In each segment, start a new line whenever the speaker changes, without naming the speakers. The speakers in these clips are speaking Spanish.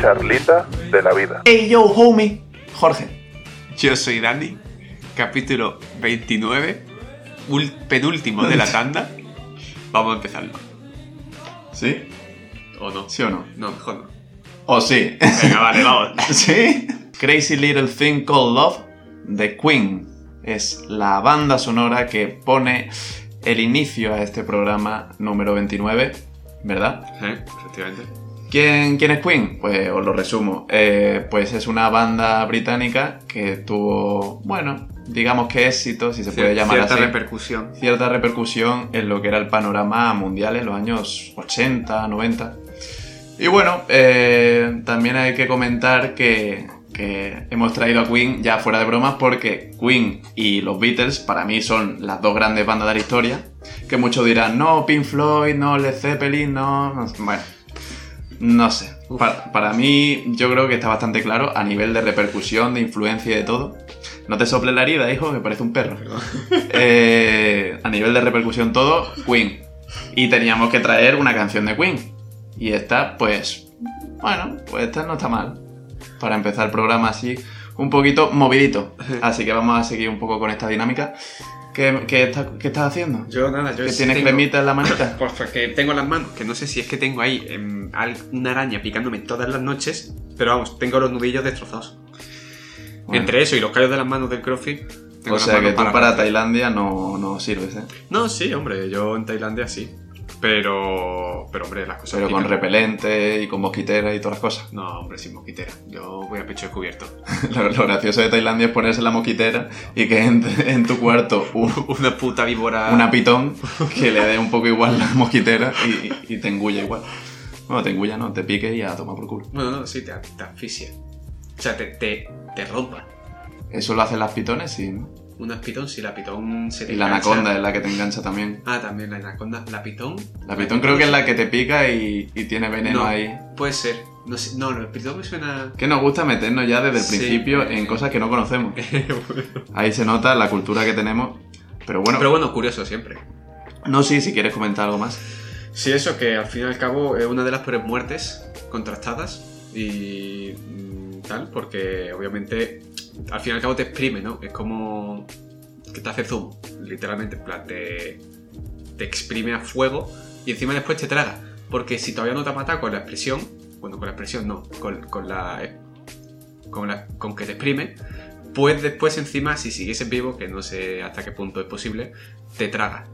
charlita de la vida.
Hey yo, homie, Jorge.
Yo soy Dani, capítulo 29, ul- penúltimo de la tanda. Vamos a empezarlo.
¿Sí?
¿O no?
¿Sí o no?
No, mejor no.
¿O sí?
Venga, vale, vamos.
¿Sí? Crazy Little Thing Called Love de Queen. Es la banda sonora que pone el inicio a este programa número 29, ¿verdad?
¿Eh? Efectivamente.
¿Quién, quién es Queen? Pues os lo resumo. Eh, pues es una banda británica que tuvo, bueno, digamos que éxito, si se puede
Cier-
llamar
Cierta
así.
repercusión.
cierta repercusión en lo que era el panorama mundial en los años 80, 90. Y bueno, eh, también hay que comentar que, que hemos traído a Queen ya fuera de bromas porque Queen y los Beatles para mí son las dos grandes bandas de la historia. Que muchos dirán, no, Pink Floyd, no, Led Zeppelin, no... no". Bueno, no sé.
Uf.
Para, para mí yo creo que está bastante claro a nivel de repercusión, de influencia y de todo. No te sople la herida, hijo, que parece un perro. Eh, a nivel de repercusión todo, Queen. Y teníamos que traer una canción de Queen. Y esta, pues, bueno, pues esta no está mal. Para empezar el programa así, un poquito movidito. Así que vamos a seguir un poco con esta dinámica. ¿Qué, qué está- qué estás haciendo?
Yo nada, yo
¿Que
sí
tienes
tengo-
cremita en la manita?
Por fa- que tengo las manos, que no sé si es que tengo ahí em, al- una araña picándome todas las noches, pero vamos, tengo los nudillos destrozados.
Bueno.
Entre eso y los callos de las manos del CrossFit, tengo
O
las
sea
manos
que tú para
atrás.
Tailandia no, no sirves, ¿eh?
No, sí, hombre, yo en Tailandia sí. Pero, pero hombre, las cosas
Pero con
pican.
repelente y con mosquitera y todas las cosas.
No, hombre, sin mosquitera. Yo voy a pecho descubierto.
Lo, lo gracioso de Tailandia es ponerse la mosquitera y que en, en tu cuarto un-
Una puta víbora.
una pitón que le dé un poco igual la mosquitera y, y te engulla igual. Bueno, te engulla, no, te pique y a tomar por culo.
Bueno, no, sí, te, te asfixia. O sea, te, te, te rompa.
Eso lo hacen las pitones, sí. ¿no?
Una pitón, sí, la pitón se te
Y la
engancha.
anaconda es la que te engancha también.
Ah, también la anaconda. La pitón.
La pitón creo que es la que te pica y, y tiene veneno
No.
ahí.
Puede ser. No, sé, no, el pitón me suena.
Que nos gusta meternos ya desde el
Sí.
principio en cosas que no conocemos.
Pero
Ahí se nota la cultura que tenemos. Pero bueno,
bueno, curioso siempre.
no sé si quieres comentar algo más.
Sí, eso, que al fin y al cabo es una de las peores muertes contrastadas y mm, tal, porque obviamente al fin y al cabo te exprime, ¿no? Es como que te hace zumo, literalmente, en plan, te, te exprime a fuego y encima después te traga, porque si todavía no te ha matado con la expresión, bueno, con la expresión no, con, con la, eh, con la- con que te exprime, pues después encima, si siguieses vivo, que no sé hasta qué punto es posible, te traga.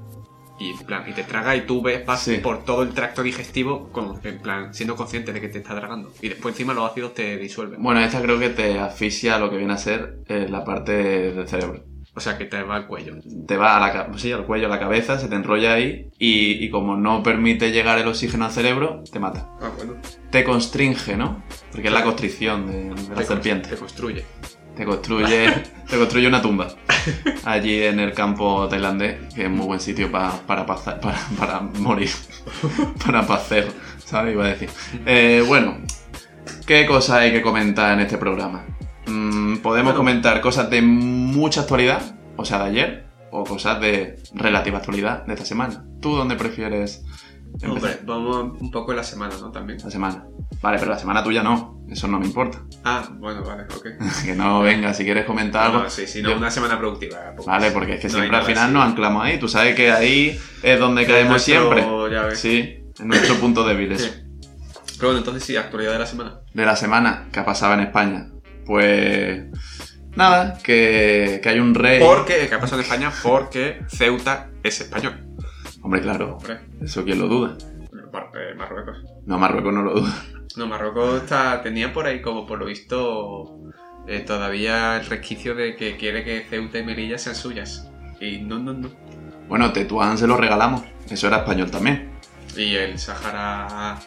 Y, en plan, y te traga y tú ves, vas
Sí.
por todo el tracto digestivo, con, en plan, siendo consciente de que te está tragando. Y después encima los ácidos te disuelven.
Bueno, esta creo que te asfixia lo que viene a ser eh, la parte del cerebro.
O sea, que te va al cuello.
Te va a la, ca- sí, al cuello, a la cabeza, se te enrolla ahí y, y como no permite llegar el oxígeno al cerebro, te mata.
Ah, bueno.
Te constringe, ¿no? Porque es la constricción de, de la
Te,
serpiente.
te construye.
Te construye, te construye una tumba allí en el campo tailandés, que es muy buen sitio pa- para, pasar- para, para morir, para pacer, ¿sabes? Iba a decir. Eh, bueno, ¿qué cosas hay que comentar en este programa? Mm, podemos
Bueno.
comentar cosas de mucha actualidad, o sea, de ayer, o cosas de relativa actualidad de esta semana. ¿Tú dónde prefieres empezar
Hombre, vamos un poco en la semana, ¿no? También.
esta semana? Vale, pero la semana tuya no, eso no me importa.
Ah, bueno, vale, ok.
Que no, venga, si quieres comentar algo,
No, sí, sí, no,
Yo-
una semana productiva. poco
Ah, Vale,
más.
porque es que
No hay
siempre al
nada
final
así.
nos anclamos ahí. Tú sabes que ahí es donde caemos
Nuestro-
siempre.
ya ves.
Sí, es nuestro punto débil eso.
Sí. Pero bueno, entonces sí, actualidad de la semana.
De la semana que pasaba en España. Pues. Nada, que, que hay un rey.
Porque, ¿qué ha pasado en España? Porque Ceuta es español.
Hombre, claro,
Hombre,
eso quién lo duda.
Mar- eh, Marruecos.
No, Marruecos no lo duda.
No, Marruecos está, tenía por ahí como por lo visto eh, todavía el resquicio de que quiere que Ceuta y Melilla sean suyas. Y no, no, no.
Bueno, Tetuán se lo regalamos. Eso era español también.
Y el Sahara...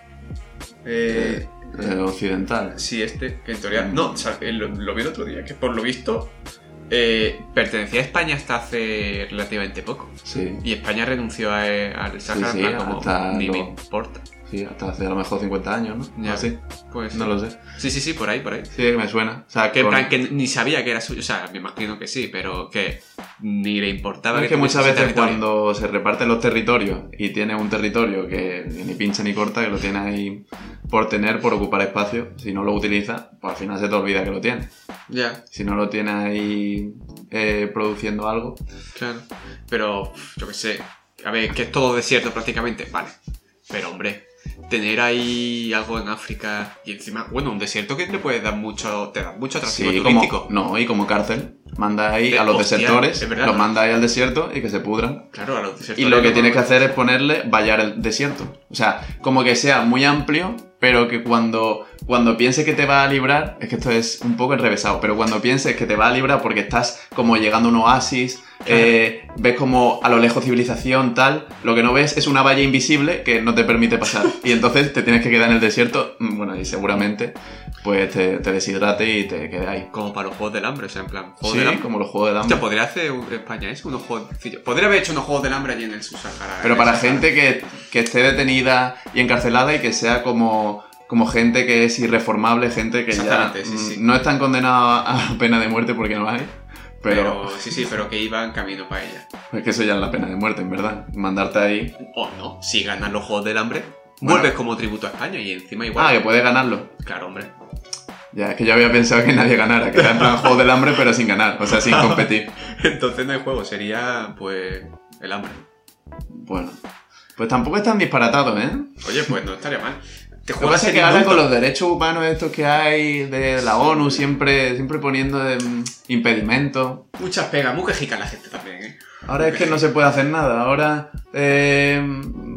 eh,
eh, occidental.
Sí, este, que en teoría. No, o sea, eh, lo, lo vi el otro día, que por lo visto eh, pertenecía a España hasta hace relativamente poco.
Sí.
Y España renunció a- eh, al Sahara
sí,
en plan como,
hasta
ni
lo-
me importa.
Sí, hasta hace a lo mejor 50 años, ¿no?
Ya.
Así.
Pues
No lo sé.
sí, sí, sí, por ahí, por ahí.
Sí, que me suena. O sea,
Que en
con-
plan que ni sabía que era suyo, o sea, me imagino que sí, pero que ni le importaba.
Es que muchas
tuviese
veces
territorio.
cuando se reparten los territorios y tienes un territorio que ni pincha ni corta, que lo tienes ahí por tener, por ocupar espacio. Si no lo utilizas, pues al final se te olvida que lo tienes.
Ya,
Si no lo tienes ahí eh, produciendo algo,
claro. Pero yo qué sé. A ver, que es todo desierto prácticamente. Vale. Pero hombre, tener ahí algo en África y encima, bueno, un desierto que te puede dar mucho, te da mucho atractivo
sí, como,
turístico.
no, y como cárcel, manda ahí
De-
a los
hostia,
desertores,
es verdad,
los
¿no?
manda ahí al desierto y que se pudran.
Claro, a los desiertos.
Y lo que tienes que hacer es ponerle vallar el desierto. O sea, como que sea muy amplio, pero que cuando, cuando pienses que te va a librar, es que esto es un poco enrevesado, pero cuando pienses que te va a librar porque estás como llegando a un oasis,
Claro.
eh, ves como a lo lejos civilización, tal, lo que no ves es una valla invisible que no te permite pasar. Y entonces te tienes que quedar en el desierto, mm, bueno, y seguramente pues te, te deshidrate y te quedes ahí.
Como para los juegos del hambre, o sea, en plan, juegos
Sí,
del hambre.
como los juegos del hambre.
Hostia, pues podría hacer un- España eso, unos juegos. sencillos. Podría haber hecho unos juegos del hambre allí en el Subsahara.
Pero
en
para
el Sahara.
gente que, que esté detenida y encarcelada y que sea como, como gente que es irreformable, gente que ya
Exactamente, sí,
mm,
sí.
no están condenados a pena de muerte porque no hay, pero,
Pero... sí, sí, pero que iban camino para ella.
es que eso ya es la pena de muerte, en verdad. Mandarte ahí.
O Oh, no, si ganas los Juegos del Hambre,
Bueno.
vuelves como tributo a España y encima igual.
Ah, que puedes ganarlo.
Claro, hombre.
Ya, es que yo había pensado que nadie ganara, que era en plan juego del hambre, pero sin ganar, o sea, sin competir.
Entonces no hay juego, sería pues el hambre.
Bueno, pues tampoco es tan disparatado, ¿eh?
Oye, pues no estaría mal. Te
Lo que pasa es que
sería
ahora
adulto.
con los derechos humanos estos que hay de la
Sí.
ONU, siempre, siempre poniendo eh, impedimentos.
Muchas pegas, muy quejica la gente también, ¿eh?
Ahora es que no se puede hacer nada. Ahora eh,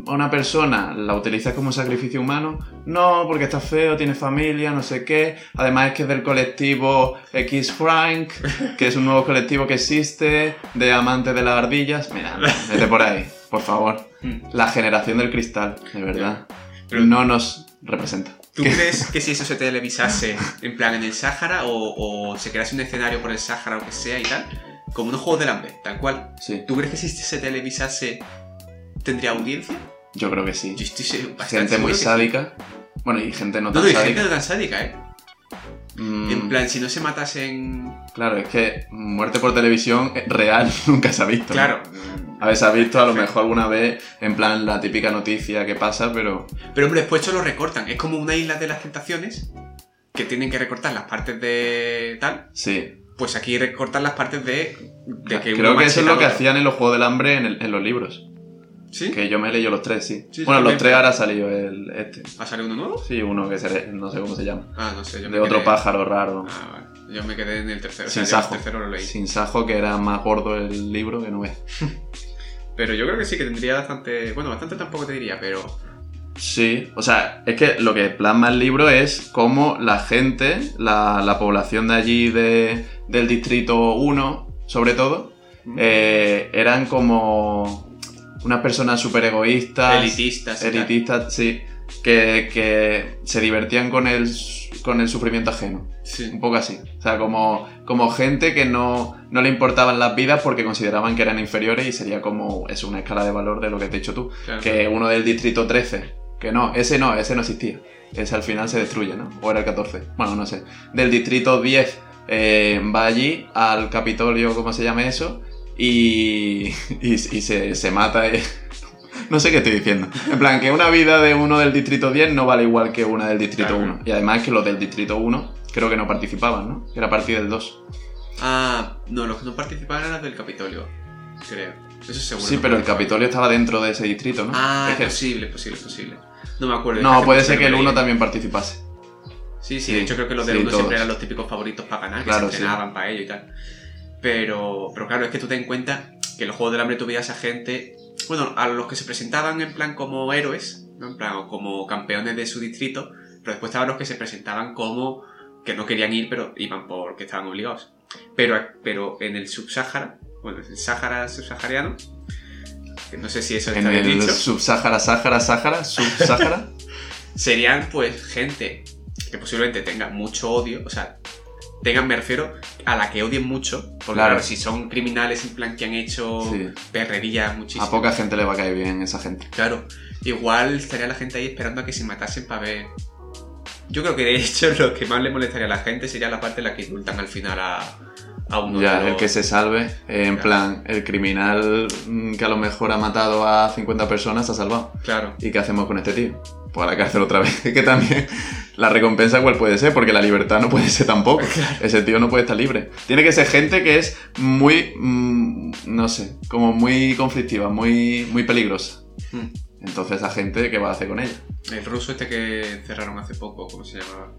a una persona la utilizas como sacrificio humano. No, porque está feo, tiene familia, no sé qué. Además es que es del colectivo X Frank, que es un nuevo colectivo que existe, de amantes de las ardillas. Mira, no, vete por ahí, por favor. La generación del cristal, de verdad.
Pero-
No nos representa.
¿Tú crees que si eso se televisase en plan en el Sáhara o, o se crease un escenario por el Sáhara o que sea y tal? Como unos juegos del hambre, tal cual.
Sí,
¿Tú crees que si se televisase tendría audiencia?
yo creo que sí.
Yo estoy se- bastante
Gente muy
seguro que
sádica. Bueno, y gente no tan
No, no, hay gente
sádica.
no tan sádica, ¿eh?
Mm.
En plan, si no se matasen.
Claro, es que muerte por televisión eh, real nunca se ha visto. ¿no?
Claro.
A ver, se ha visto a lo mejor alguna vez, en plan la típica noticia que pasa, pero
Pero hombre, después eso lo recortan. Es como una isla de las tentaciones que tienen que recortar las partes de tal.
sí.
Pues aquí recortan las partes de. de que
Creo
uno
que eso es
macheta
lo que
al otro.
hacían en los Juegos del Hambre en, el- en los libros.
¿Sí?
Que yo me he leído los tres, sí.
Sí,
bueno,
también.
los tres ahora ha salido el, este.
¿Ha salido uno nuevo?
Sí, uno que se le- no sé cómo se llama.
Ah, no sé. Yo me
De otro
quedé-
pájaro raro.
Ah, vale. Yo me quedé en el tercero.
Sin
o sea, yo
sajo.
El tercero lo leí.
Sin sajo, que era más gordo el libro que no es.
Pero yo creo que sí, que tendría bastante. Bueno, bastante tampoco te diría, pero.
Sí, o sea, es que lo que plasma el libro es cómo la gente, la, la población de allí de- del distrito 1, sobre todo, eh, eran como unas personas súper egoístas,
elitistas. y tal.
elitistas, sí, que, que se divertían con el, con el sufrimiento ajeno,
Sí.
un poco así. O sea, como, como gente que no, no le importaban las vidas porque consideraban que eran inferiores y sería como, es una escala de valor de lo que te he dicho tú
claro.
que uno del distrito 13, que no, ese no, ese no existía. Ese al final se destruye, ¿no? O era el 14, bueno, no sé. Del distrito 10 eh, va allí al Capitolio, ¿cómo se llama eso? Y, y, y se, se mata. eh. No sé qué estoy diciendo. En plan, que una vida de uno del distrito 10 no vale igual que una del distrito
Claro.
1. Y además que los del distrito 1 creo que no participaban, ¿no? Era partida del 2.
Ah, no, los que no participaban eran del Capitolio. Creo. Eso es seguro.
sí,
no
pero el
participaban.
Capitolio estaba dentro de ese distrito, ¿no?
Ah,
Es que-
posible, posible, posible. No me acuerdo.
no,
Hace
puede
mucho
ser que el
no leí.
1 también participase.
Sí, sí,
Sí,
de hecho creo que los del
sí,
1 siempre
todos.
eran los típicos favoritos para ganar, que
Claro,
se
sí.
entrenaban para ello y tal. Pero, pero claro, es que tú ten en cuenta que en los Juegos del Hambre tuvías a gente, bueno, a los que se presentaban en plan como héroes, ¿no? en plan, o como campeones de su distrito, pero después estaban los que se presentaban como que no querían ir, pero iban porque estaban obligados. Pero, pero en el subsahara, bueno, en el Sáhara subsahariano, que no sé si eso
En
está bien
el
dicho.
subsahara, Sáhara, Sáhara, subsahara.
serían pues gente que posiblemente tenga mucho odio, o sea, tengan, me refiero, a la que odien mucho, porque
Claro.
claro, si son criminales en plan que han hecho
Sí.
perrerías muchísimo.
A poca gente le va a caer bien esa gente.
Claro, igual estaría la gente ahí esperando a que se matasen para ver. Yo creo que de hecho lo que más le molestaría a la gente sería la parte en la que indultan al final a, a uno de
ya,
los-
el que se salve, eh, en
Claro.
plan, el criminal mm, que a lo mejor ha matado a 50 personas se ha salvado.
Claro,
¿Y qué hacemos con este tío? pues a la cárcel otra vez. que también la recompensa cuál puede ser, porque la libertad no puede ser tampoco. Ese tío no puede estar libre. Tiene que ser gente que es muy, mm, no sé, como muy conflictiva, muy, muy peligrosa.
Mm.
Entonces la gente, ¿qué va a hacer con ella?
El ruso este que cerraron hace poco, ¿cómo se llamaba?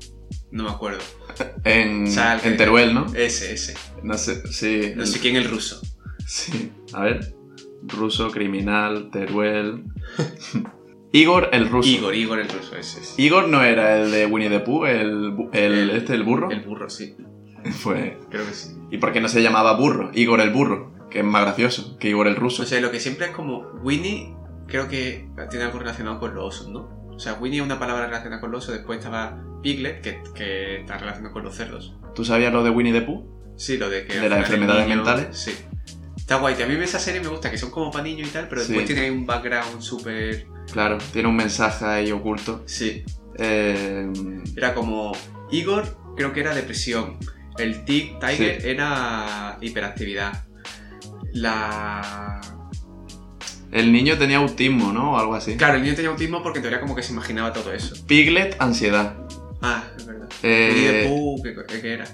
No me acuerdo.
En,
Sal,
en
que-
Teruel, ¿no?
Ese, ese.
No sé, sí.
No
el-
sé quién el ruso.
Sí. A ver. Ruso, criminal, Teruel. Igor el ruso.
Igor, Igor el ruso, ese. ese.
Igor no era el de Winnie the Pooh, el, bu- el-
El-
este, el burro.
El burro, sí.
Fue-
Creo que sí.
¿Y por qué no se llamaba burro? Igor el burro, que es más gracioso que Igor el ruso.
O sea, lo que siempre es como Winnie, creo que tiene algo relacionado con los osos, ¿no? O sea, Winnie es una palabra relacionada con los osos, después estaba Piglet, que, que está relacionado con los cerdos.
¿Tú sabías lo de Winnie the Pooh?
Sí, lo de que...
De
al
las
final el
enfermedades
niño-
mentales.
Sí. Está guay, que a mí esa serie me gusta, que son como para niños y tal, pero después
Sí.
tiene ahí un background súper...
Claro, tiene un mensaje ahí oculto.
Sí,
Eh,
era como Igor, creo que era depresión. El Tig Tiger era hiperactividad. La...
el niño tenía autismo, ¿no? O algo así.
Claro, el niño tenía autismo porque en teoría como que se imaginaba todo eso.
Piglet, ansiedad.
Ah, es verdad.
Eh,
Winnie the Pooh, ¿qué- qué- qué era?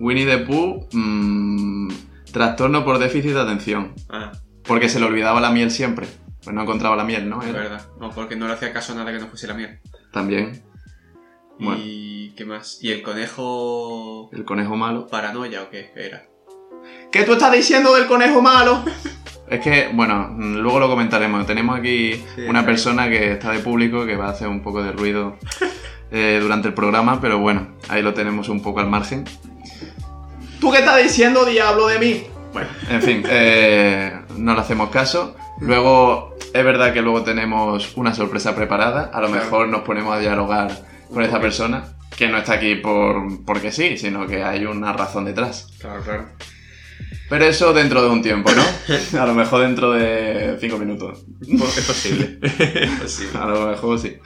Winnie the Pooh, mm, trastorno por déficit de atención.
Ah,
Porque se le olvidaba la miel siempre. Pues no encontraba la miel, ¿no?
es
Él
verdad. No, porque no le hacía caso a nada que no fuese la miel.
También. Bueno,
¿Y qué más? ¿Y el conejo
el conejo malo.
paranoia o qué era?
¿Qué tú estás diciendo del conejo malo? Es que, bueno, mm, luego lo comentaremos. Tenemos aquí
Sí,
una
claro.
persona que está de público que va a hacer un poco de ruido eh, durante el programa, pero bueno, ahí lo tenemos un poco al margen. ¿Tú qué estás diciendo, diablo, de mí? Bueno, en fin, eh, no le hacemos caso. Luego, es verdad que luego tenemos una sorpresa preparada. A lo
Claro.
mejor nos ponemos a dialogar con esa persona que no está aquí por, porque sí, sino que hay una razón detrás.
Claro, claro.
Pero eso dentro de un tiempo, ¿no? A lo mejor dentro de cinco minutos.
Es posible. es posible.
A lo mejor sí.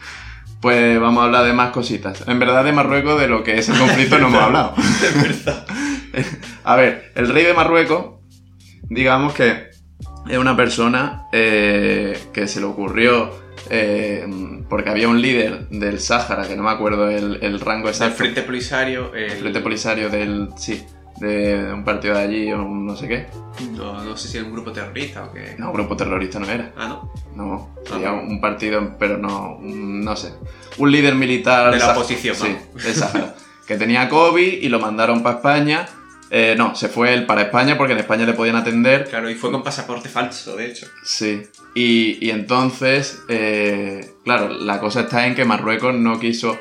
Pues vamos a hablar de más cositas. En verdad de Marruecos, de lo que es el conflicto, no hemos hablado. a ver, el rey de Marruecos, digamos que es una persona eh, que se le ocurrió, eh, porque había un líder del Sáhara, que no me acuerdo el, el rango
O sea, el
exacto.
Frente Polisario. El...
el frente Polisario del... Sí, de un partido de allí o un no sé qué.
No, no sé si era un grupo terrorista o qué.
No, grupo terrorista no era.
Ah, no.
No, sería
Ah.
un partido, pero no, un- no sé. Un líder militar.
De la
sa-
oposición,
Sí,
vamos.
de Sahara. que tenía COVID y lo mandaron para España. Eh, no, se fue él para España porque en España le podían atender.
Claro, y fue con pasaporte falso, de hecho.
Sí. Y, y entonces, eh, claro, la cosa está en que Marruecos no quiso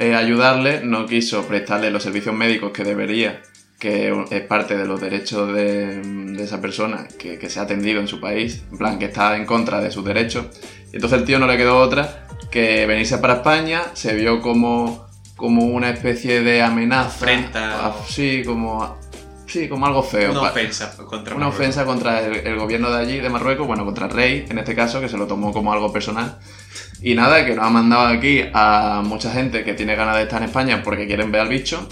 eh, ayudarle, no quiso prestarle los servicios médicos que debería, que es parte de los derechos de, de esa persona que, que se ha atendido en su país, en plan que está en contra de sus derechos. Y entonces el tío no le quedó otra que venirse para España, se vio como, como una especie de amenaza.
Afrenta.
Ah, Sí, como, sí, como algo feo.
Una
pa-
ofensa contra
una
Marruecos.
ofensa contra el, el gobierno de allí, de Marruecos, bueno, contra el rey, en este caso, que se lo tomó como algo personal. Y nada, que nos ha mandado aquí a mucha gente que tiene ganas de estar en España porque quieren ver al bicho.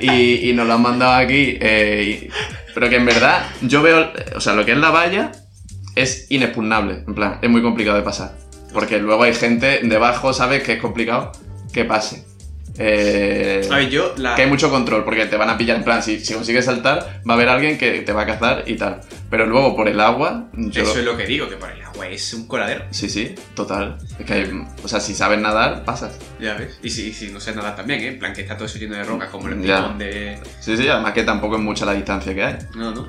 Y, y nos lo han mandado aquí. eh, y- pero que en verdad, yo veo, o sea, lo que es la valla es inexpugnable. En plan, es muy complicado de pasar. Porque luego hay gente debajo, ¿sabes? Que es complicado que pase. Eh,
A ver, yo la.
que hay mucho control, porque te van a pillar en plan, si, si consigues saltar, va a haber alguien que te va a cazar y tal. Pero luego por el agua, yo...
Eso es lo que digo, que por el agua es un coladero.
Sí, sí, total. Es que hay- o sea, si sabes nadar, pasas.
Ya ves. Y si, y si no sé nada también, ¿eh? En plan, que está todo eso lleno de rocas, como el
Ya.
pitón de.
Sí, sí, además que tampoco es mucha la distancia que hay.
No, no.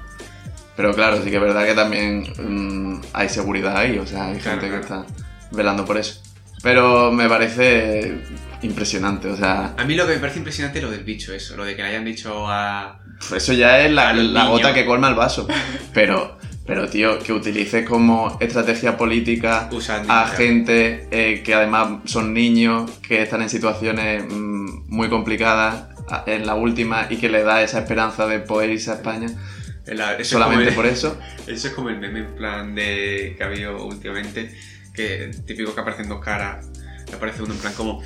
Pero claro, sí que es verdad que también mm, hay seguridad ahí, o sea, hay
Claro,
gente
claro.
que está velando por eso. Pero me parece impresionante, o sea,
A mí lo que me parece impresionante es lo del bicho, eso, lo de que le hayan dicho a.
pf, eso ya es la,
Al
la
niño.
gota que colma el vaso. Pero, pero tío, que utilices como estrategia política
Usando.
a gente eh, que además son niños, que están en situaciones mm, muy complicadas a- en la última y que le da esa esperanza de poder irse a España
eso,
solamente
es como
por eso.
el, eso es como el meme en plan de que ha habido últimamente, que típico que aparecen dos caras. que Aparece uno en plan como,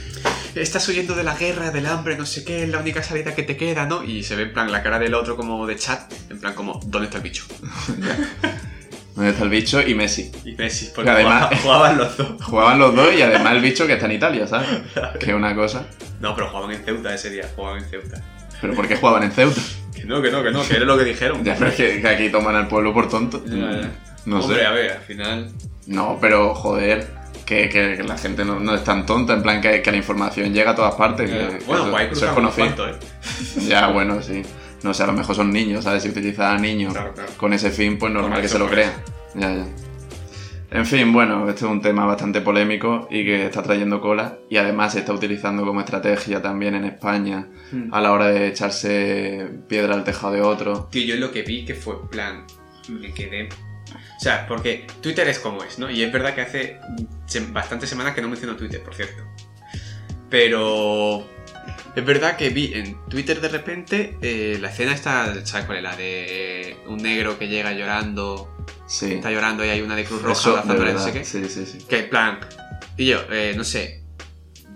estás huyendo de la guerra, del hambre, no sé qué, es la única salida que te queda, ¿no? Y se ve en plan la cara del otro como de chat, en plan como, ¿dónde está el bicho?
¿Dónde está el bicho? Y Messi.
Y Messi, porque
Y además-
jugaba- jugaban los dos.
Jugaban los dos y además el bicho que está en Italia, ¿sabes? Que es una cosa.
No, pero jugaban en Ceuta ese día, jugaban en Ceuta.
Pero ¿por qué jugaban en Ceuta?
Que no, que no, que no, que era lo que dijeron.
Ya, pero es que, que aquí toman al pueblo por tonto.
Ya, ya.
No
Hombre,
sé.
a ver, al final.
No, pero joder, que, que- que la gente no, no es tan tonta, en plan que, que la información llega a todas partes. que-
eh,
que
bueno,
eso-
pues ahí
eso es
cruzaban unos
conocido.
cuantos, ¿eh?
Ya, bueno, sí. No sé, a lo mejor son niños, ¿sabes? Si utilizan a niños
¿eh? Claro, claro.
con ese fin, pues normal que
Correcto,
se lo crean.
correcto.
Ya, ya. En fin, bueno, este es un tema bastante polémico y que está trayendo cola y además se está utilizando como estrategia también en España
Ah,
a la hora de echarse piedra al tejado de otro.
Tío, yo lo que vi que fue, en plan, me quedé... O sea, porque Twitter es como es, ¿no? Y es verdad que hace se- bastantes semanas que no menciono Twitter, por cierto. Pero... Es verdad que vi en Twitter de repente eh, la escena está, ¿sabes cuál es? La de un negro que llega llorando,
Sí.
está llorando y hay una de Cruz Roja
Eso, de
abrazándole, no sé
verdad.
qué.
Sí, sí, sí.
Que en plan, tío, eh, no sé.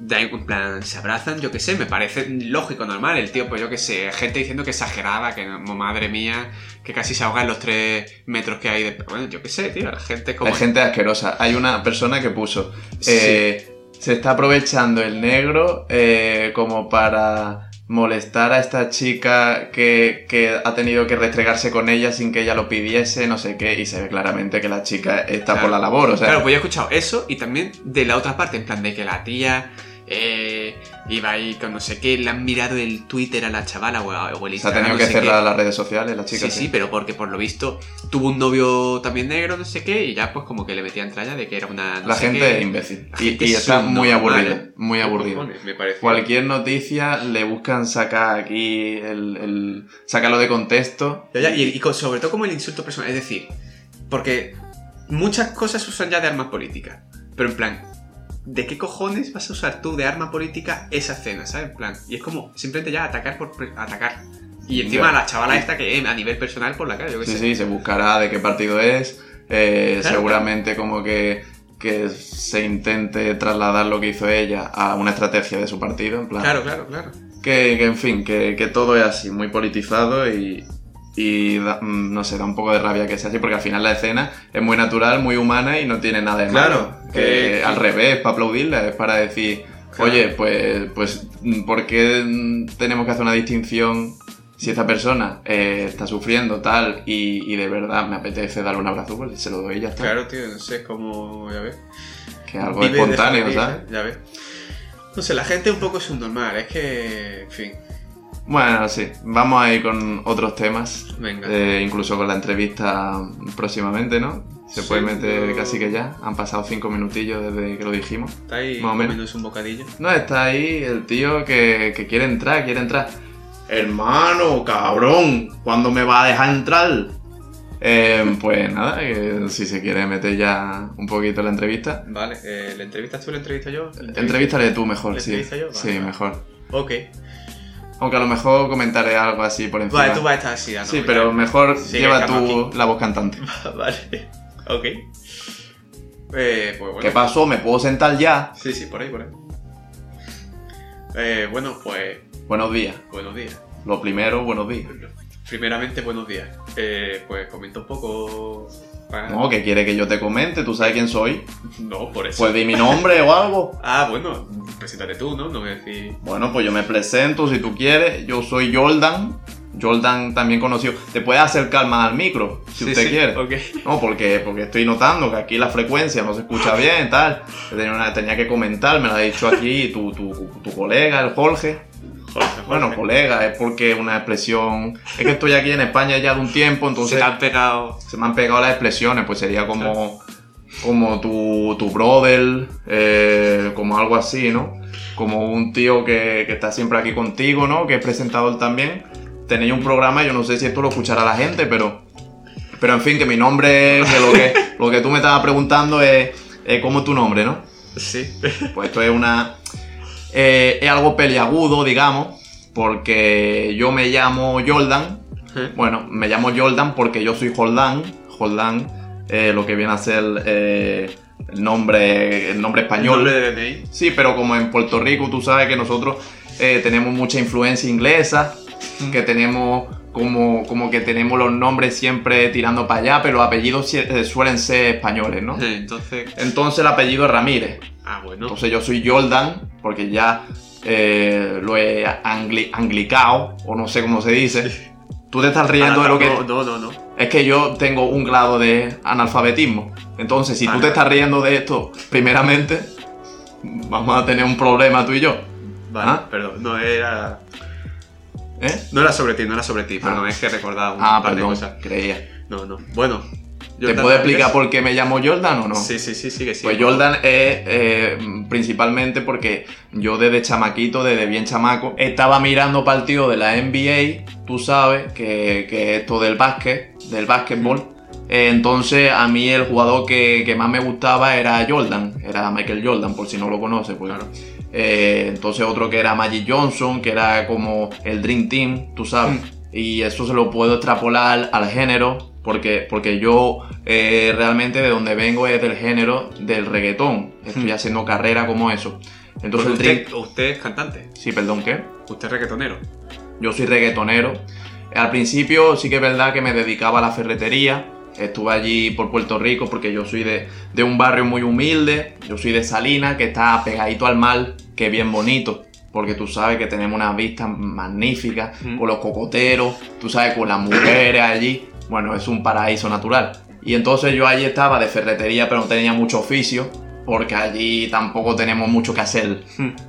Da igual, en plan, se abrazan, yo qué sé, me parece lógico, normal. El tío, pues yo qué sé, gente diciendo que exageraba, que no, madre mía, que casi se ahogan los tres metros que hay de. Bueno, yo qué sé, tío, la gente como.
Hay gente asquerosa. Hay una persona que puso. eh, Se está aprovechando el negro eh, como para molestar a esta chica que, que ha tenido que restregarse con ella sin que ella lo pidiese, no sé qué, y se ve claramente que la chica está
Claro.
por la labor, o sea,
Claro, pues yo he escuchado eso y también de la otra parte, en plan de que la tía eh, iba ahí con no sé qué, le han mirado el Twitter a la chavala o, a- o el
se ha
Instagram.
tenido
no
que
sé qué.
cerrar las redes sociales la chica.
sí, sí, pero porque por lo visto tuvo un novio también negro, no sé qué, y ya pues como que le metían tralla de que era una... no
La
sé
gente
qué.
es imbécil
La
y,
gente
y
es
está muy
subnormal,
aburrida,
¿eh?
muy aburrida.
Cojones, Me parece.
Cualquier noticia le buscan sacar aquí el, el sacarlo de contexto.
Ya, ya, Y, y con- sobre todo como el insulto personal. Es decir, porque muchas cosas usan ya de armas políticas. Pero en plan, ¿de qué cojones vas a usar tú de arma política esa cena, ¿sabes? En plan, y es como simplemente ya atacar por pre- atacar. Y encima
Ya.
a la chavala esta que eh, a nivel personal por la cara, yo qué
Sí,
sé.
sí, se buscará de qué partido es. eh,
Claro,
seguramente como que, que se intente trasladar lo que hizo ella a una estrategia de su partido. En plan,
Claro, claro, claro.
que, que, en fin, que, que todo es así, muy politizado y, y da- mm, no sé, da un poco de rabia que sea así, porque al final la escena es muy natural, muy humana y no tiene nada de malo.
Claro,
Que,
que-
al revés, es para aplaudirla, es para decir,
Claro.
oye, pues, pues, mm, ¿por qué mm, tenemos que hacer una distinción? Si esta persona eh, está sufriendo tal y, y de verdad me apetece darle un abrazo, pues se lo doy y ya está.
Claro, tío, no sé, es como, ya ves.
Que es algo
Vive de ¿eh?
espontáneo,
familia,
¿sabes?
Ya ves. No sé, la gente un poco subnormal, es que. En fin,
Bueno, sí, vamos a ir con otros temas.
venga.
Eh, incluso con la entrevista próximamente, ¿no? Se
Sí,
puede meter
pero-
casi que ya. Han pasado cinco minutillos desde que lo dijimos.
Está ahí
más o menos.
comiéndose un bocadillo.
No, está ahí el tío que, que quiere entrar, quiere entrar. Hermano, cabrón, ¿cuándo me va a dejar entrar? Eh, pues nada, que si se quiere meter ya un poquito en la entrevista.
Vale, eh, ¿le entrevistas tú, le entrevisto
Eh,
yo? ¿Le entrevisto?
Entrevístale tú mejor,
¿Le
sí.
entrevisto yo? Vale,
Sí,
vale.
mejor.
Ok.
Aunque a lo mejor comentaré algo así por encima.
Vale, tú vas a estar así, ah, no,
Sí,
ya.
pero mejor
Sí,
lleva
estamos
tú la voz cantante.
vale. Ok. Eh, pues bueno.
¿Qué pasó? ¿Me puedo sentar ya?
Sí, sí, por ahí, por ahí. Eh, bueno, pues
Buenos días.
buenos días.
Lo primero, buenos días.
Primeramente, buenos días. Eh, pues comenta un poco. para-
No, que quiere que yo te comente, tú sabes quién soy.
No, por eso.
Pues di mi nombre o algo.
Ah, bueno, preséntate tú, ¿no? No voy a decir.
Bueno, pues yo me presento si tú quieres. Yo soy Jordan. Jordan también conocido. Te puedes acercar más al micro si
Sí,
usted
sí,
quiere.
Ok.
No, porque, porque estoy notando que aquí la frecuencia no se escucha bien, tal. Tenía, una- tenía que comentar, me lo ha dicho aquí tu, tu- tu colega, el Jorge.
Jorge,
Bueno,
Jorge.
colega, es porque es una expresión. Es que estoy aquí en España ya de un tiempo, entonces.
Se te han pegado.
se me han pegado las expresiones, pues sería como, como tu, tu brother, eh, como algo así, ¿no? Como un tío que, que está siempre aquí contigo, ¿no? Que es presentador también. Tenéis un programa, yo no sé si esto lo escuchará la gente, pero, pero en fin, que mi nombre, es- que lo que, lo que tú me estabas preguntando es, es cómo es tu nombre, ¿no?
Sí.
Pues esto es una. eh, es algo peliagudo, digamos, porque yo me llamo Jordan.
Ujú.
Bueno, me llamo Jordan porque yo soy Jordan. Jordan, eh, lo que viene a ser eh, el, nombre, el nombre español.
Nombre de DNI.
Sí, pero como en Puerto Rico tú sabes que nosotros eh, tenemos mucha influencia inglesa, que tenemos como, como que tenemos los nombres siempre tirando para allá, pero los apellidos sie- eh, suelen ser españoles, ¿no?
Entonces.
Entonces pues, el apellido es Ramírez.
Ah, bueno.
Entonces yo soy Jordan, porque ya eh, lo he angli- anglicao, o no sé cómo se dice. Tú te estás riendo de lo que...
no, Ah, no, no, no.
Es que yo tengo un grado de analfabetismo. Entonces, si tú
Vale.
te estás riendo de esto, primeramente, vamos a tener un problema tú y yo.
Vale,
¿Ah?
perdón. No era.
¿Eh?
No era sobre ti, no era sobre ti, perdón,
Ah.
es que recordaba un
Ah,
par de
perdón,
cosas.
creía.
No, no. Bueno.
¿Te puedo explicar por qué me llamo Jordan o no?
Sí, sí, sí, sí que sí.
Pues Jordan es eh, principalmente porque yo desde chamaquito, desde bien chamaco, estaba mirando partidos de la NBA, tú sabes, que, que esto del básquet, del básquetbol. Eh, Entonces a mí el jugador que, que más me gustaba era Jordan, era Michael Jordan, por si no lo conoces. Pues.
Claro.
Eh, entonces otro que era Magic Johnson, que era como el Dream Team, tú sabes.
Mm.
Y eso se lo puedo extrapolar al género, porque, porque yo eh, realmente de donde vengo es del género del reggaetón. Estoy
Mm.
haciendo carrera como eso. Entonces
Porque
el Dream...
usted, usted es cantante,
Sí, perdón, ¿qué?
usted es reggaetonero.
Yo soy reggaetonero. Al principio sí que es verdad que me dedicaba a la ferretería. Estuve allí por Puerto Rico porque yo soy de, de un barrio muy humilde. Yo soy de Salinas, que está pegadito al mar, que es bien bonito. Porque tú sabes que tenemos unas vistas magníficas
Mm.
con los cocoteros, tú sabes, con las mujeres allí. Bueno, es un paraíso natural. Y entonces yo allí estaba de ferretería, pero no tenía mucho oficio, porque allí tampoco tenemos mucho que hacer.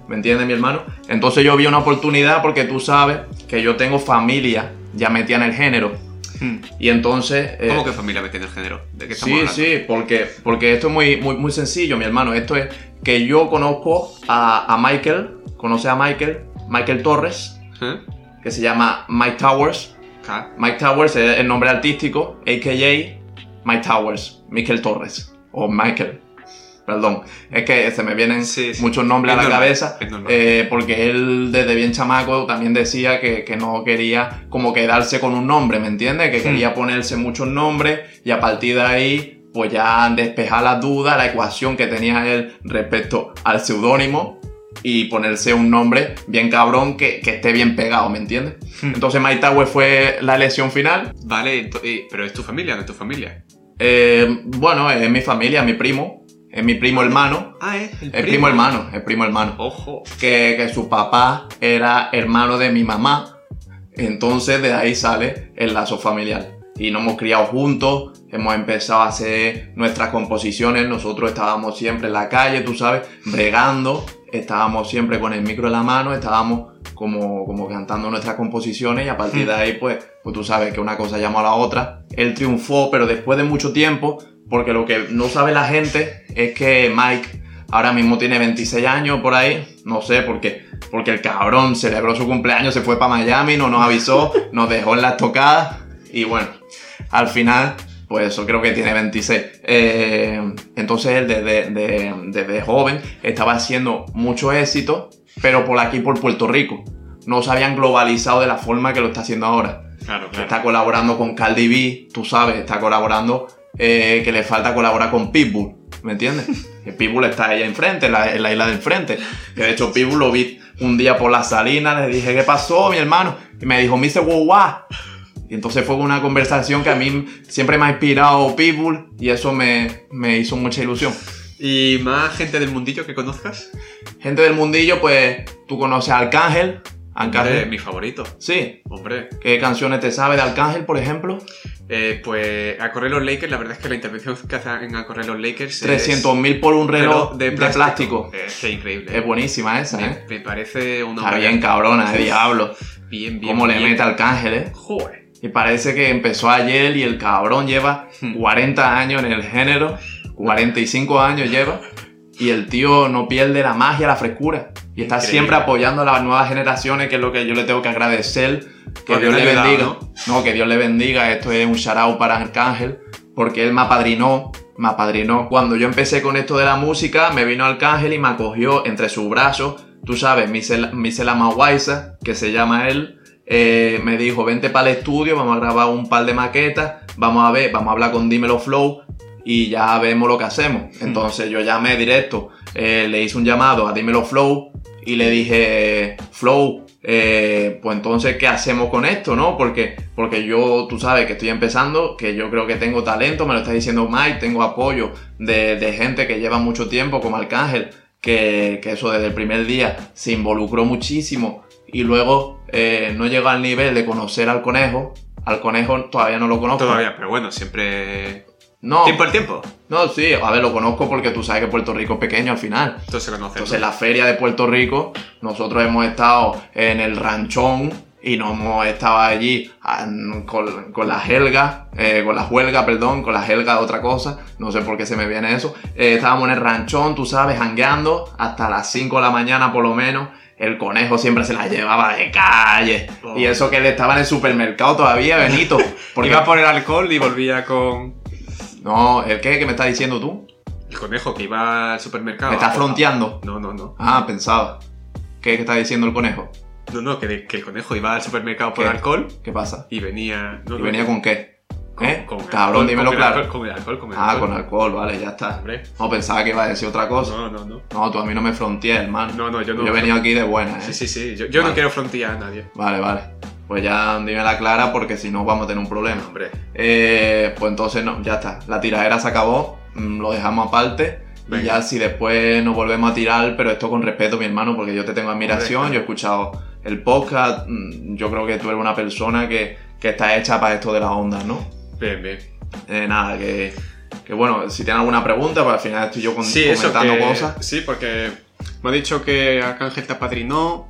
¿Me entiendes, mi hermano? Entonces yo vi una oportunidad porque tú sabes que yo tengo familia ya metida en el género. Y entonces... eh,
Hmm. ¿Cómo que familia me tiene el género? ¿De qué estamos
Sí,
hablando?
sí, porque, porque esto es muy, muy, muy sencillo, mi hermano. Esto es que yo conozco a, a Michael, conoce a Michael, Michael Torres,
¿Eh?
que se llama Mike Towers.
Ca-
Mike Towers es el nombre artístico, a.k.a. Mike Towers, Michael Torres, o Michael. Perdón, es que se me vienen
Sí, sí.
muchos nombres
Es
a la
normal,
cabeza,
es normal.
eh, porque él desde bien chamaco también decía que, que no quería como quedarse con un nombre, ¿me entiendes? Que quería ponerse muchos nombres y a partir de ahí pues ya despejar las dudas, la ecuación que tenía él respecto al seudónimo y ponerse un nombre bien cabrón que, que esté bien pegado, ¿me entiendes? Entonces Mike Tower fue la elección final.
Vale, ento- y- pero es tu familia, no es tu familia.
Eh, bueno, es mi familia, es mi primo, es mi primo hermano,
Ah, es
el primo hermano, el primo hermano.
Ojo.
que, que su papá era hermano de mi mamá. Entonces de ahí sale el lazo familiar. Y nos hemos criado juntos, hemos empezado a hacer nuestras composiciones, nosotros estábamos siempre en la calle, tú sabes, bregando, estábamos siempre con el micro en la mano, estábamos como, como cantando nuestras composiciones y a partir de ahí pues, pues tú sabes que una cosa llama a la otra. Él triunfó, pero después de mucho tiempo, porque lo que no sabe la gente es que Mike ahora mismo tiene 26 años por ahí, no sé por qué, porque el cabrón celebró su cumpleaños, se fue para Miami, no nos avisó, nos dejó en las tocadas y bueno, al final, pues eso creo que tiene 26. Eh, entonces él desde, de- desde joven estaba haciendo mucho éxito, pero por aquí, por Puerto Rico. No se habían globalizado de la forma que lo está haciendo ahora.
Claro, claro.
Está colaborando con Cardi B, tú sabes, está colaborando, eh, que le falta colaborar con Pitbull, ¿me entiendes? El Pitbull está ahí enfrente, en la, en la isla de enfrente. Que de hecho Pitbull lo vi un día por la salina, le dije, ¿qué pasó, mi hermano? Y me dijo, Mr. Wawa. Y entonces fue una conversación que a mí siempre me ha inspirado Pitbull y eso me, me hizo mucha ilusión.
¿Y más gente del mundillo que conozcas?
Gente del mundillo, pues tú conoces a Arcángel.
Hombre,
Arcángel.
mi favorito.
Sí.
Hombre.
¿Qué canciones te sabes de Arcángel, por ejemplo?
Eh, pues a correr los Lakers, la verdad es que la intervención que hacen a correr los Lakers es-
300.000 por un reloj de plástico.
Eh, qué increíble.
Es buenísima esa, ¿eh?
Me, me parece una
Está bien cabrona, de diablo.
Bien, bien.
Cómo le
bien.
mete al cángel, ¿eh?
Joder.
Y parece que empezó ayer y el cabrón lleva
Hmm.
40 años en el género, 45 años lleva, y el tío no pierde la magia, la frescura. Y está
Increíble.
siempre apoyando a las nuevas generaciones, que es lo que yo le tengo que agradecer. Que
Porque
Pues Dios
te
le
ha ayudado,
bendiga. ¿no? que Dios le bendiga. Esto es un shout para Arcángel, porque él me apadrinó. Me apadrinó. Cuando yo empecé con esto de la música, me vino Arcángel y me acogió entre sus brazos. Tú sabes, Misela Misela Mawaisa, que se llama él, eh, me dijo, vente para el estudio, vamos a grabar un par de maquetas, vamos a ver, vamos a hablar con Dímelo Flow y ya vemos lo que hacemos. Entonces yo llamé directo, eh, le hice un llamado a Dímelo Flow y le dije, Flow, eh, pues entonces, ¿qué hacemos con esto, no? Porque, porque yo, tú sabes que estoy empezando, que yo creo que tengo talento, me lo está diciendo Mike, tengo apoyo de, de gente que lleva mucho tiempo, como Arcángel, que, que eso desde el primer día se involucró muchísimo y luego eh, no llegó al nivel de conocer al conejo. Al conejo todavía no lo conozco.
Todavía, pero bueno, siempre.
No,
Tiempo al tiempo.
no, sí, a ver, lo conozco porque tú sabes que Puerto Rico es pequeño al final.
Entonces se conoce.
Entonces, en la feria de Puerto Rico, nosotros hemos estado en el ranchón y nos hemos estado allí ah, con, con la helga, eh, con la huelga, perdón, con la helga otra cosa, no sé por qué se me viene eso. Eh, estábamos en el ranchón, tú sabes, jangueando hasta las 5 de la mañana por lo menos. El conejo siempre se la llevaba de calle.
Oh.
Y eso que él estaba en el supermercado todavía, Benito. Porque,
Iba por el alcohol y volvía con.
No, ¿el qué? ¿Qué me estás diciendo tú?
El conejo que iba al supermercado. Ah,
¿Me estás fronteando?
No, no, no.
Ah, pensaba. ¿Qué, qué está diciendo el conejo?
No, no, que, que el conejo iba al supermercado por
¿Qué?
alcohol
¿Qué pasa?
y venía. no,
¿Y
no,
venía con qué?
con-
¿Eh?
con el
Cabrón,
alcohol,
dímelo
con el
claro.
alcohol, con el alcohol, con el
Ah,
alcohol.
con alcohol, vale, ya está.
Hombre.
No, pensaba que iba a decir otra cosa.
No, no, no.
No, tú a mí no me frontees, hermano.
No, no, yo no.
Yo he venido aquí de buena, ¿eh?
Sí, sí, sí. Yo, yo no
Vale.
quiero frontear a nadie.
Vale, vale. Pues ya dime la clara porque si no vamos a tener un
No,
problema.
hombre.
Eh, pues entonces no, ya está. La tiradera se acabó, mm, lo dejamos aparte. Y
Venga.
ya si después nos volvemos a tirar, pero esto con respeto, mi hermano, porque yo te tengo admiración,
Hombre.
yo he escuchado el podcast, mm, yo creo que tú eres una persona que, que está hecha para esto de las ondas, ¿no?
Bien, bien.
Eh, nada, que, que bueno, si tienen alguna pregunta, pues al final estoy yo con-
Sí, eso
comentando
que-
cosas.
Sí, porque
Me ha dicho que Arcángel te apadrinó.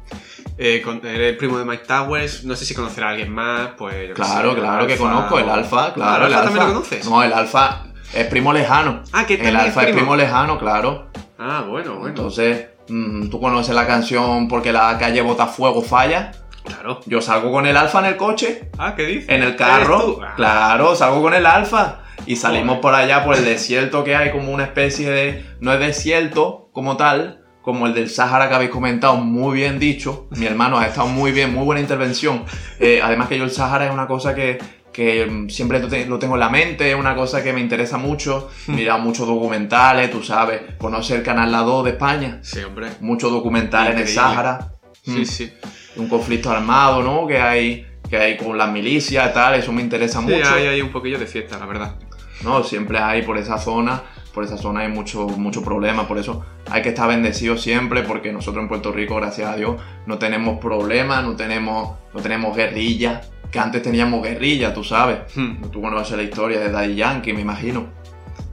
eh, con- eres el primo de Mike Towers. No sé si conocerá a alguien más. Pues. yo qué
Claro,
sé,
claro que
Alfa
conozco,
o-
el alfa, claro.
¿El Alfa también lo conoces?
No, el alfa es primo lejano.
Ah, que
El
también
alfa es primo lejano, claro.
Ah, bueno, bueno.
Entonces, mm, tú conoces la canción porque la calle Botafuego falla.
Claro.
Yo salgo con el alfa en el coche,
Ah, ¿qué dices?
en el
¿Eres
carro.
tú? Ah,
Claro, salgo con el alfa. Y salimos
Joder.
por allá por el desierto que hay, como una especie de. No es desierto como tal, como el del Sahara que habéis comentado, muy bien dicho. Mi hermano ha estado muy bien, muy buena intervención. Eh, además, que yo el Sahara es una cosa que, que mm, siempre lo te- lo tengo en la mente, es una cosa que me interesa mucho. He mirado muchos documentales, tú sabes. Conoce el Canal La 2 de España,
Sí, hombre.
muchos documentales en el
Increíble.
Sahara. Mm
Sí, sí.
un conflicto armado, ¿no? Que hay, que hay con las milicias y tal, eso me interesa
Sí,
mucho.
hay, hay un poquillo de fiesta, la verdad.
¿no? Siempre hay por esa zona, por esa zona hay mucho, mucho problema, por eso hay que estar bendecido siempre, porque nosotros en Puerto Rico, gracias a Dios, no tenemos problemas, no tenemos, no tenemos guerrillas, que antes teníamos guerrillas, tú sabes.
Hmm.
Tú conoces la historia de Daddy Yankee, me imagino.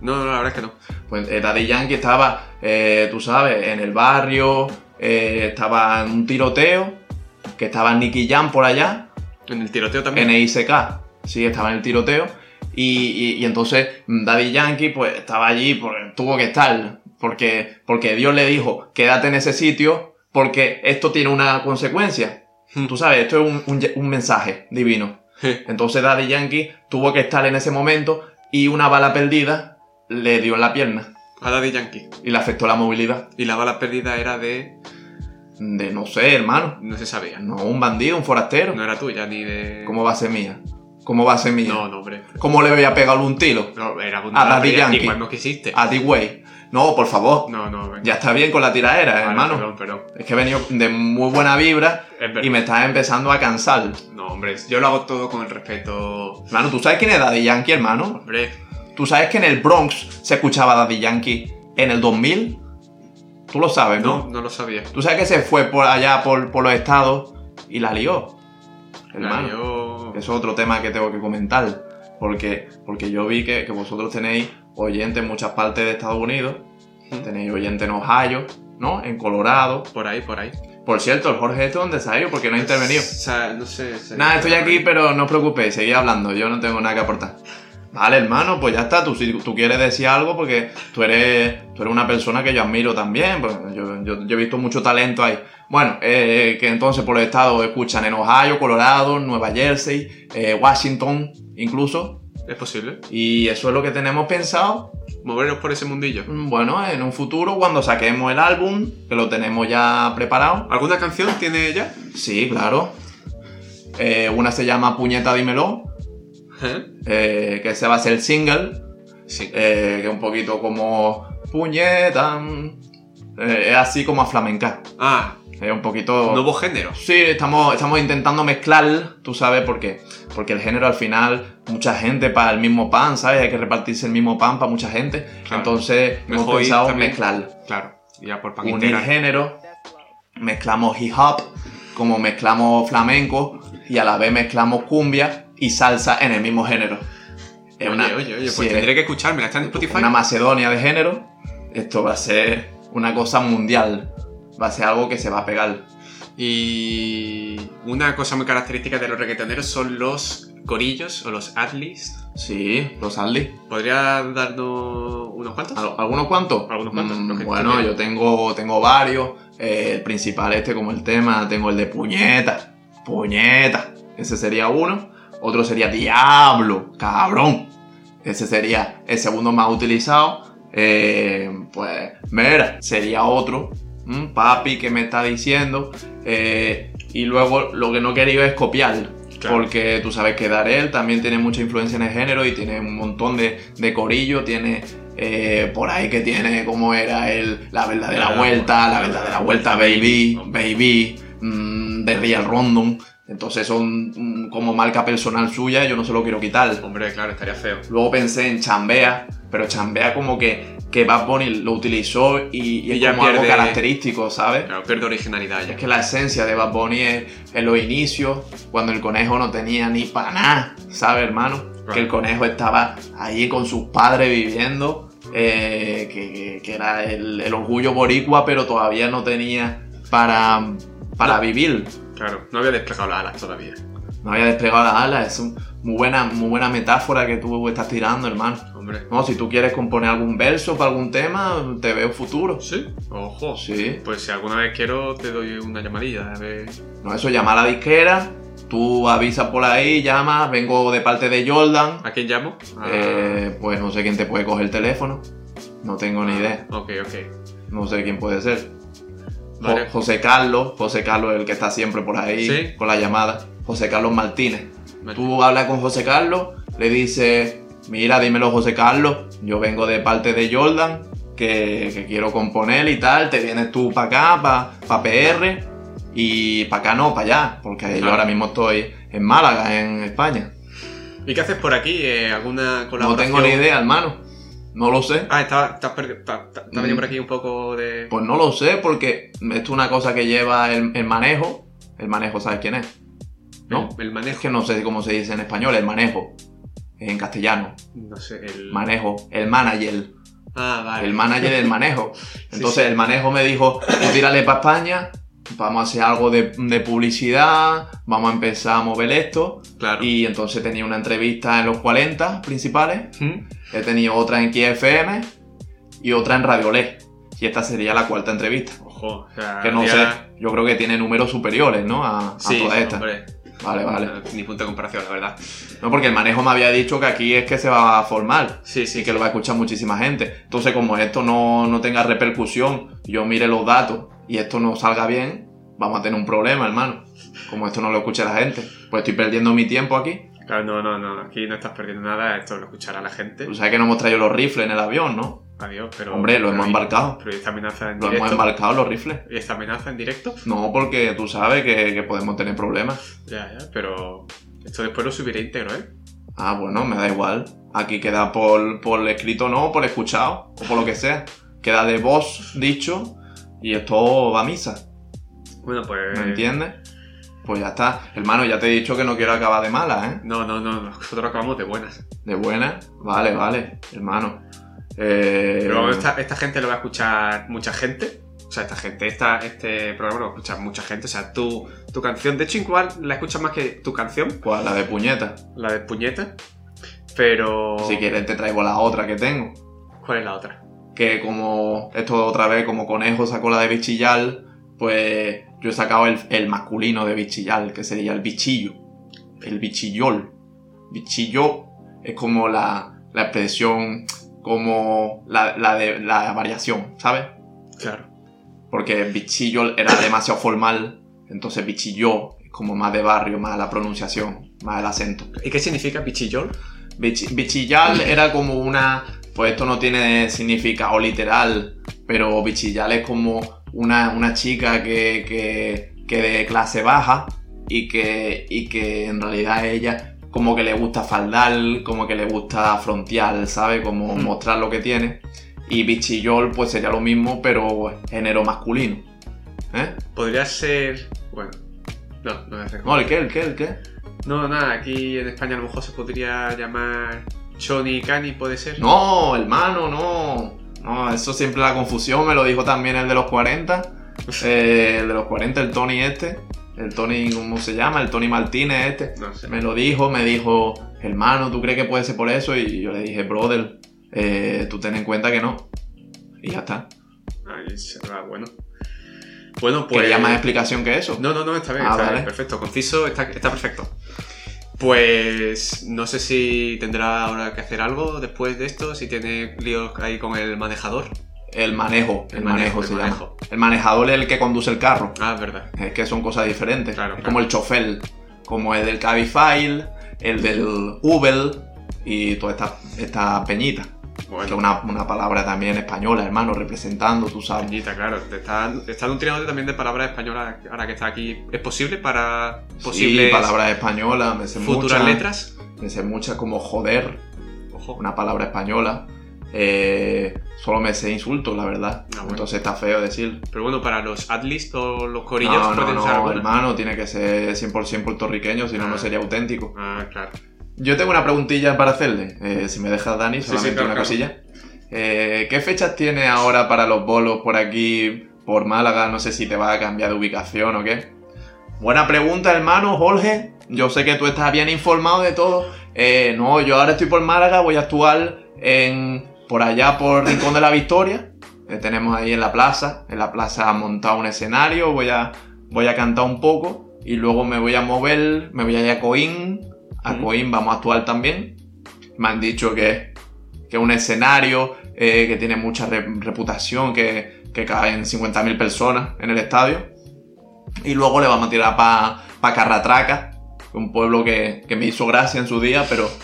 No, no, la verdad es que no.
Pues eh, Daddy Yankee estaba, eh, tú sabes, en el barrio, eh, estaba en un tiroteo, que estaba Nicky Jam por allá,
En el tiroteo también.
NICK, sí, estaba en el tiroteo. Y, y- y entonces mm, Daddy Yankee pues estaba allí, por- tuvo que estar, porque, porque Dios le dijo, quédate en ese sitio, porque esto tiene una consecuencia. Tú sabes, esto es un, un ye- un mensaje divino. Entonces Daddy Yankee tuvo que estar en ese momento y una bala perdida le dio en la pierna
A Daddy Yankee.
y le afectó la movilidad.
Y la bala perdida era de.
De no sé, hermano.
No se sabía.
No, un bandido, un forastero.
No era tuya ni de.
¿Cómo va a ser mía? ¿Cómo va a ser mía?
No, no, hombre.
¿Cómo le voy a pegar un tiro?
No, era un
A Ah, Daddy
y-
Yankee.
Igual no quisiste.
A D-Way. No, por favor.
No, no, venga.
Ya está bien con la tiraera,
Vale,
hermano.
Perdón, perdón.
Es que he venido de muy buena vibra
Es verdad.
y me estás empezando a cansar.
No, hombre, yo lo hago todo con el respeto.
Hermano, ¿tú sabes quién es Daddy Yankee, hermano?
Hombre,
¿Tú sabes que en el Bronx se escuchaba Daddy Yankee en el 2000? Tú lo sabes, ¿no?
no, no lo sabía.
¿Tú sabes que se fue por allá, por, por los estados y la lió? Hermano.
La lió-
Eso es otro tema que tengo que comentar. Porque, porque yo vi que, que vosotros tenéis oyentes en muchas partes de Estados Unidos. Tenéis oyentes en Ohio, ¿no? En Colorado.
Por ahí, por ahí.
Por cierto, el Jorge esto es un desahoyo porque no ha intervenido.
O sea, no sé. se-
Nada, estoy aquí, pero no os preocupéis, seguid hablando, yo no tengo nada que aportar. Vale, hermano, pues ya está, tú, si tú quieres decir algo, porque tú eres, tú eres una persona que yo admiro también, pues yo, yo- yo he visto mucho talento ahí. Bueno, eh, que entonces por los estados escuchan en Ohio, Colorado, Nueva Jersey, eh, Washington incluso,
¿Es posible?
y eso es lo que tenemos pensado
Movernos por ese mundillo.
Mm, Bueno, en un futuro, cuando saquemos el álbum, que lo tenemos ya preparado.
¿Alguna canción tiene ya?
Sí, claro. Eh, una se llama Puñeta Dímelo,
¿Eh?
eh, que ese va a ser el single,
Sí.
eh, que es un poquito como Puñeta. mm, eh, es así como a flamenca.
Ah,
Es un poquito...
Nuevo género.
Sí, estamos, estamos intentando mezclar, tú sabes por qué. Porque el género al final, mucha gente para el mismo pan, ¿sabes? Hay que repartirse el mismo pan para mucha gente.
Claro.
Entonces, hemos
Mejor ir
pensado
también-
mezclar.
Claro, ya por pan
Unir
integral.
género, mezclamos hip hop, como mezclamos flamenco, y a la vez mezclamos cumbia y salsa en el mismo género. Es
Oye,
una-
oye, oye, pues
sí, es
tendré que escucharme. ¿La está en Spotify?
una Macedonia de género. Esto va a ser una cosa mundial. Va a ser algo que se va a pegar.
Y una cosa muy característica de los reggaetoneros son los corillos o los adlis.
Sí, los Andy.
¿Podría darnos unos cuantos?
¿Al- ¿Algunos cuantos?
Algunos cuantos,
Mm,
los que
bueno,
tengo.
yo tengo, tengo varios. Eh, el principal este como el tema, tengo el de puñeta. Puñeta. Ese sería uno. Otro sería diablo, cabrón. Ese sería el segundo más utilizado. Eh, pues, mira, sería otro. Mm, papi, que me está diciendo? Eh, y luego lo que no he querido es copiar.
Claro.
Porque tú sabes que Darel también tiene mucha influencia en el género y tiene un montón de, de corillo. Tiene eh, por ahí que tiene como era el La Verdadera
La-
Vuelta, La Verdadera Vuelta, Baby,
Hombre.
Baby, mm, The Real Rondon. Entonces son mm, como marca personal suya, yo no se lo quiero quitar.
Hombre, claro, estaría feo.
Luego pensé en Chambea, pero Chambea como que, que Bad Bunny lo utilizó y, y
Y
es
ya
como algo
pierde-
característico, ¿sabes?
Claro, pierde originalidad ya.
Es que la esencia de Bad Bunny es en los inicios, cuando el conejo no tenía ni para nada, ¿sabes, hermano?
Claro.
Que el conejo estaba ahí con sus padres viviendo, eh, que, que- que era el, el orgullo boricua, pero todavía no tenía para, para
No.
vivir.
Claro, no había desplegado las alas todavía.
No había desplegado las alas, es un- muy, buena, muy buena metáfora que tú estás tirando, hermano.
Hombre.
No, si tú quieres componer algún verso para algún tema, te veo futuro.
Sí, ojo.
Sí.
Pues si alguna vez quiero, te doy una llamadilla. A ver.
No, eso llama a la disquera, tú avisas por ahí, llamas, vengo de parte de Jordan.
¿A quién llamo? A-
Eh, pues no sé quién te puede coger el teléfono. No tengo
Ah.
ni idea.
Ok, ok.
No sé quién puede ser. Jo-
Vale.
José Carlos, José Carlos es el que está siempre por ahí
Sí.
con la llamada. José Carlos Martínez.
Vale.
Tú hablas con José Carlos, le dices, mira, dímelo José Carlos, yo vengo de parte de Jordan, que, que quiero componer y tal, te vienes tú para acá, para PR, y para acá no, para allá, porque yo
Claro.
ahora mismo estoy en Málaga, en España.
¿Y qué haces por aquí? Eh, ¿Alguna
No
colaboración?
tengo ni idea, hermano, no lo sé.
Ah, estaba- estás perdi- ta- ta- te has
Mm.
venido por aquí un poco de.
Pues no lo sé, porque esto es una cosa que lleva el, el manejo, el manejo, ¿sabes quién es? No,
El, el
es
manejo.
que no sé cómo se dice en español, el manejo, en castellano,
No sé, el.
manejo, el manager.
Ah, vale.
el manager del manejo. Entonces
sí.
el manejo me dijo, tú tírale para España, vamos a hacer algo de, de publicidad, vamos a empezar a mover esto.
Claro.
Y entonces tenía una entrevista en los 40 principales,
¿Mm?
he tenido otra en KFM y otra en Radiolé. Y esta sería la cuarta entrevista.
Ojo, o sea.
Que no
ya-
sé, yo creo que tiene números superiores, ¿no? A, a
Sí,
todas estas.
hombre.
Vale, vale.
No, Ni punto de comparación, la verdad.
No, porque el manejo me había dicho que aquí es que se va a formar.
Sí, sí.
y que lo va a escuchar muchísima gente. Entonces, como esto no, no tenga repercusión, yo mire los datos y esto no salga bien, vamos a tener un problema, hermano. Como esto no lo escucha la gente, pues estoy perdiendo mi tiempo aquí.
Claro, no, no, no. Aquí no estás perdiendo nada. Esto lo escuchará la gente.
Tú sabes que no hemos traído los rifles en el avión, ¿no?
Adiós, pero.
Hombre, lo
pero
hemos
y-
embarcado.
Pero y esta amenaza en
Lo
directo.
hemos embarcado los rifles.
¿Y esta amenaza en directo?
No, porque tú sabes que, que podemos tener problemas.
Ya, ya, pero. Esto después lo subiré íntegro, ¿eh?
Ah, bueno, me da igual. Aquí queda por, por escrito, no, por escuchado, o por lo que sea. Queda de voz dicho y esto va a misa.
Bueno, pues.
¿Me entiendes? Pues ya está. Hermano, ya te he dicho que no quiero acabar de mala, ¿eh?
No, no, no. Nosotros acabamos de buenas.
De buena. Vale, vale, hermano. Eh,
Pero esta, esta gente lo va a escuchar mucha gente. O sea, esta gente, esta, este programa lo va a escuchar mucha gente. O sea, tu, tu canción, de hecho, igual la escuchas más que tu canción,
Pues la de puñeta.
la de puñeta. Pero.
Si quieres te traigo la otra que tengo.
¿Cuál es la otra?
Que como esto otra vez, como conejo sacó la de bichillar, pues yo he sacado el, el masculino de bichillar, que sería el bichillo. El bichillol. Bichillo es como la, la expresión, como la, la de, la variación, ¿sabes?
Claro.
porque bichillo era demasiado formal, entonces bichillo es como más de barrio, más la pronunciación, más el acento.
¿Y qué significa pichillol?
Bichi- bichillal era como una, pues esto no tiene significado literal, pero bichillal es como una, una chica que, que, que de clase baja y que, y que en realidad ella como que le gusta faldar, como que le gusta frontear, ¿sabe? Como
Mm.
mostrar lo que tiene. Y Bichillol pues sería lo mismo, pero género masculino. ¿Eh?
Podría ser. Bueno. No, no es
No, ¿el qué? ¿El qué? ¿El qué?
No, nada, aquí en España a lo mejor se podría llamar Choni y Cani, puede ser.
No, hermano, no. No, eso siempre la confusión, me lo dijo también el de los 40. Eh, el de los 40, el Tony este. El Tony, ¿cómo se llama? El Tony Martínez este.
No sé.
Me lo dijo, me dijo, hermano, ¿tú crees que puede ser por eso? Y yo le dije, brother, eh, tú ten en cuenta que no. Y ya está.
Ahí será bueno. Bueno, pues.
¿Quería más explicación que eso?
No, no, no, está bien,
este Ah,
está
vale.
bien, perfecto, conciso, está, está perfecto. Pues no sé si tendrá ahora que hacer algo después de esto, si tiene líos ahí con el manejador.
El manejo, el,
El
manejo,
manejo, el
se
manejo.
llama. El manejador es el que conduce el carro.
Ah, es verdad.
Es que son cosas diferentes. es
Claro, claro.
como el chofer, como el del Cabify, el del Uber y toda esta, esta peñita. Que
Bueno,
es una, una palabra también española, hermano, representando, tú sabes.
Peñita, claro. Te está, te está nutriendo también de palabras españolas ahora que está aquí. ¿Es posible para posibles
Sí, palabras españolas, me sé
futuras
muchas.
letras?
Me sé muchas como joder,
Ojo.
una palabra española. Eh, solo me sé insultos, la verdad.
Ah, bueno.
Entonces está feo decir.
Pero bueno, para los atlis o los corillos
No, no,
pueden
no,
usar alguna.
hermano, tiene que ser 100% puertorriqueño, si no, no
Ah.
sería auténtico.
Ah, claro.
Yo tengo una preguntilla para hacerle, eh, si me dejas, Dani,
sí,
solamente
claro,
una
claro.
cosilla. Eh, ¿Qué fechas tiene ahora para los bolos por aquí, por Málaga? No sé si te va a cambiar de ubicación o qué. Buena pregunta, hermano Jorge. Yo sé que tú estás bien informado de todo. Eh, no, yo ahora estoy por Málaga, voy a actuar en por allá por Rincón de la Victoria. Eh, tenemos ahí en la plaza. En la plaza han montado un escenario. Voy a, voy a cantar un poco. Y luego me voy a mover. Me voy a ir a Coín. A
Ujú.
Coín vamos a actuar también. Me han dicho que que es un escenario eh, que tiene mucha re- reputación, que, que caen 50.000 personas en el estadio. Y luego le vamos a tirar para pa Carratraca, un pueblo que, que me hizo gracia en su día, pero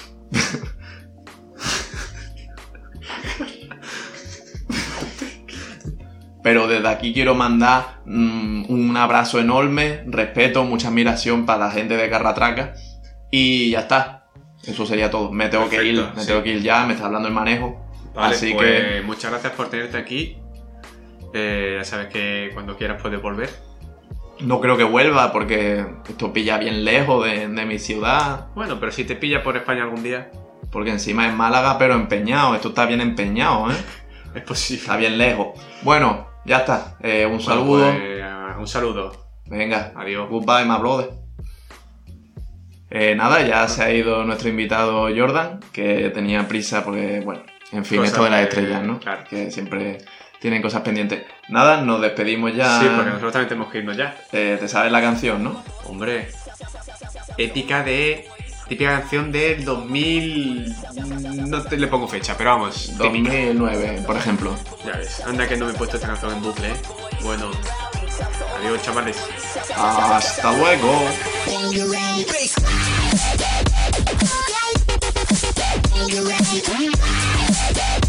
Pero desde aquí quiero mandar mm, un abrazo enorme, respeto, mucha admiración para la gente de Carratraca. Y ya está. Eso sería todo. Me tengo que ir,
Perfecto,
me
sí.
tengo que ir ya, me está hablando el manejo.
Vale,
Así
pues,
que
muchas gracias por tenerte aquí. Eh, ya sabes que cuando quieras puedes volver.
no creo que vuelva porque esto pilla bien lejos de, de mi ciudad.
Bueno, pero si te pilla por España algún día,
Porque encima es Málaga, pero empeñado. Esto está bien empeñado, ¿eh?
es posible.
Está bien lejos. Bueno, ya está. Eh, un
Bueno,
saludo.
pues, ah, un saludo.
Venga,
Adiós.
Goodbye, my brother. Eh, nada, ya se ha ido nuestro invitado Jordan, que tenía prisa porque, bueno, en fin,
Cosas
esto de las
que-
estrellas, ¿no?
claro.
Que siempre tienen cosas pendientes. Nada, nos despedimos ya.
Sí, porque nosotros también tenemos que irnos ya.
Eh, te sabes la canción, ¿no?
Hombre, épica de. Típica canción del 2000. No te le pongo fecha, pero vamos. típica.
2009, por ejemplo.
Ya ves, anda que no me he puesto esta canción en bucle, ¿eh? Bueno, adiós, chavales.
Hasta luego.
Thank you.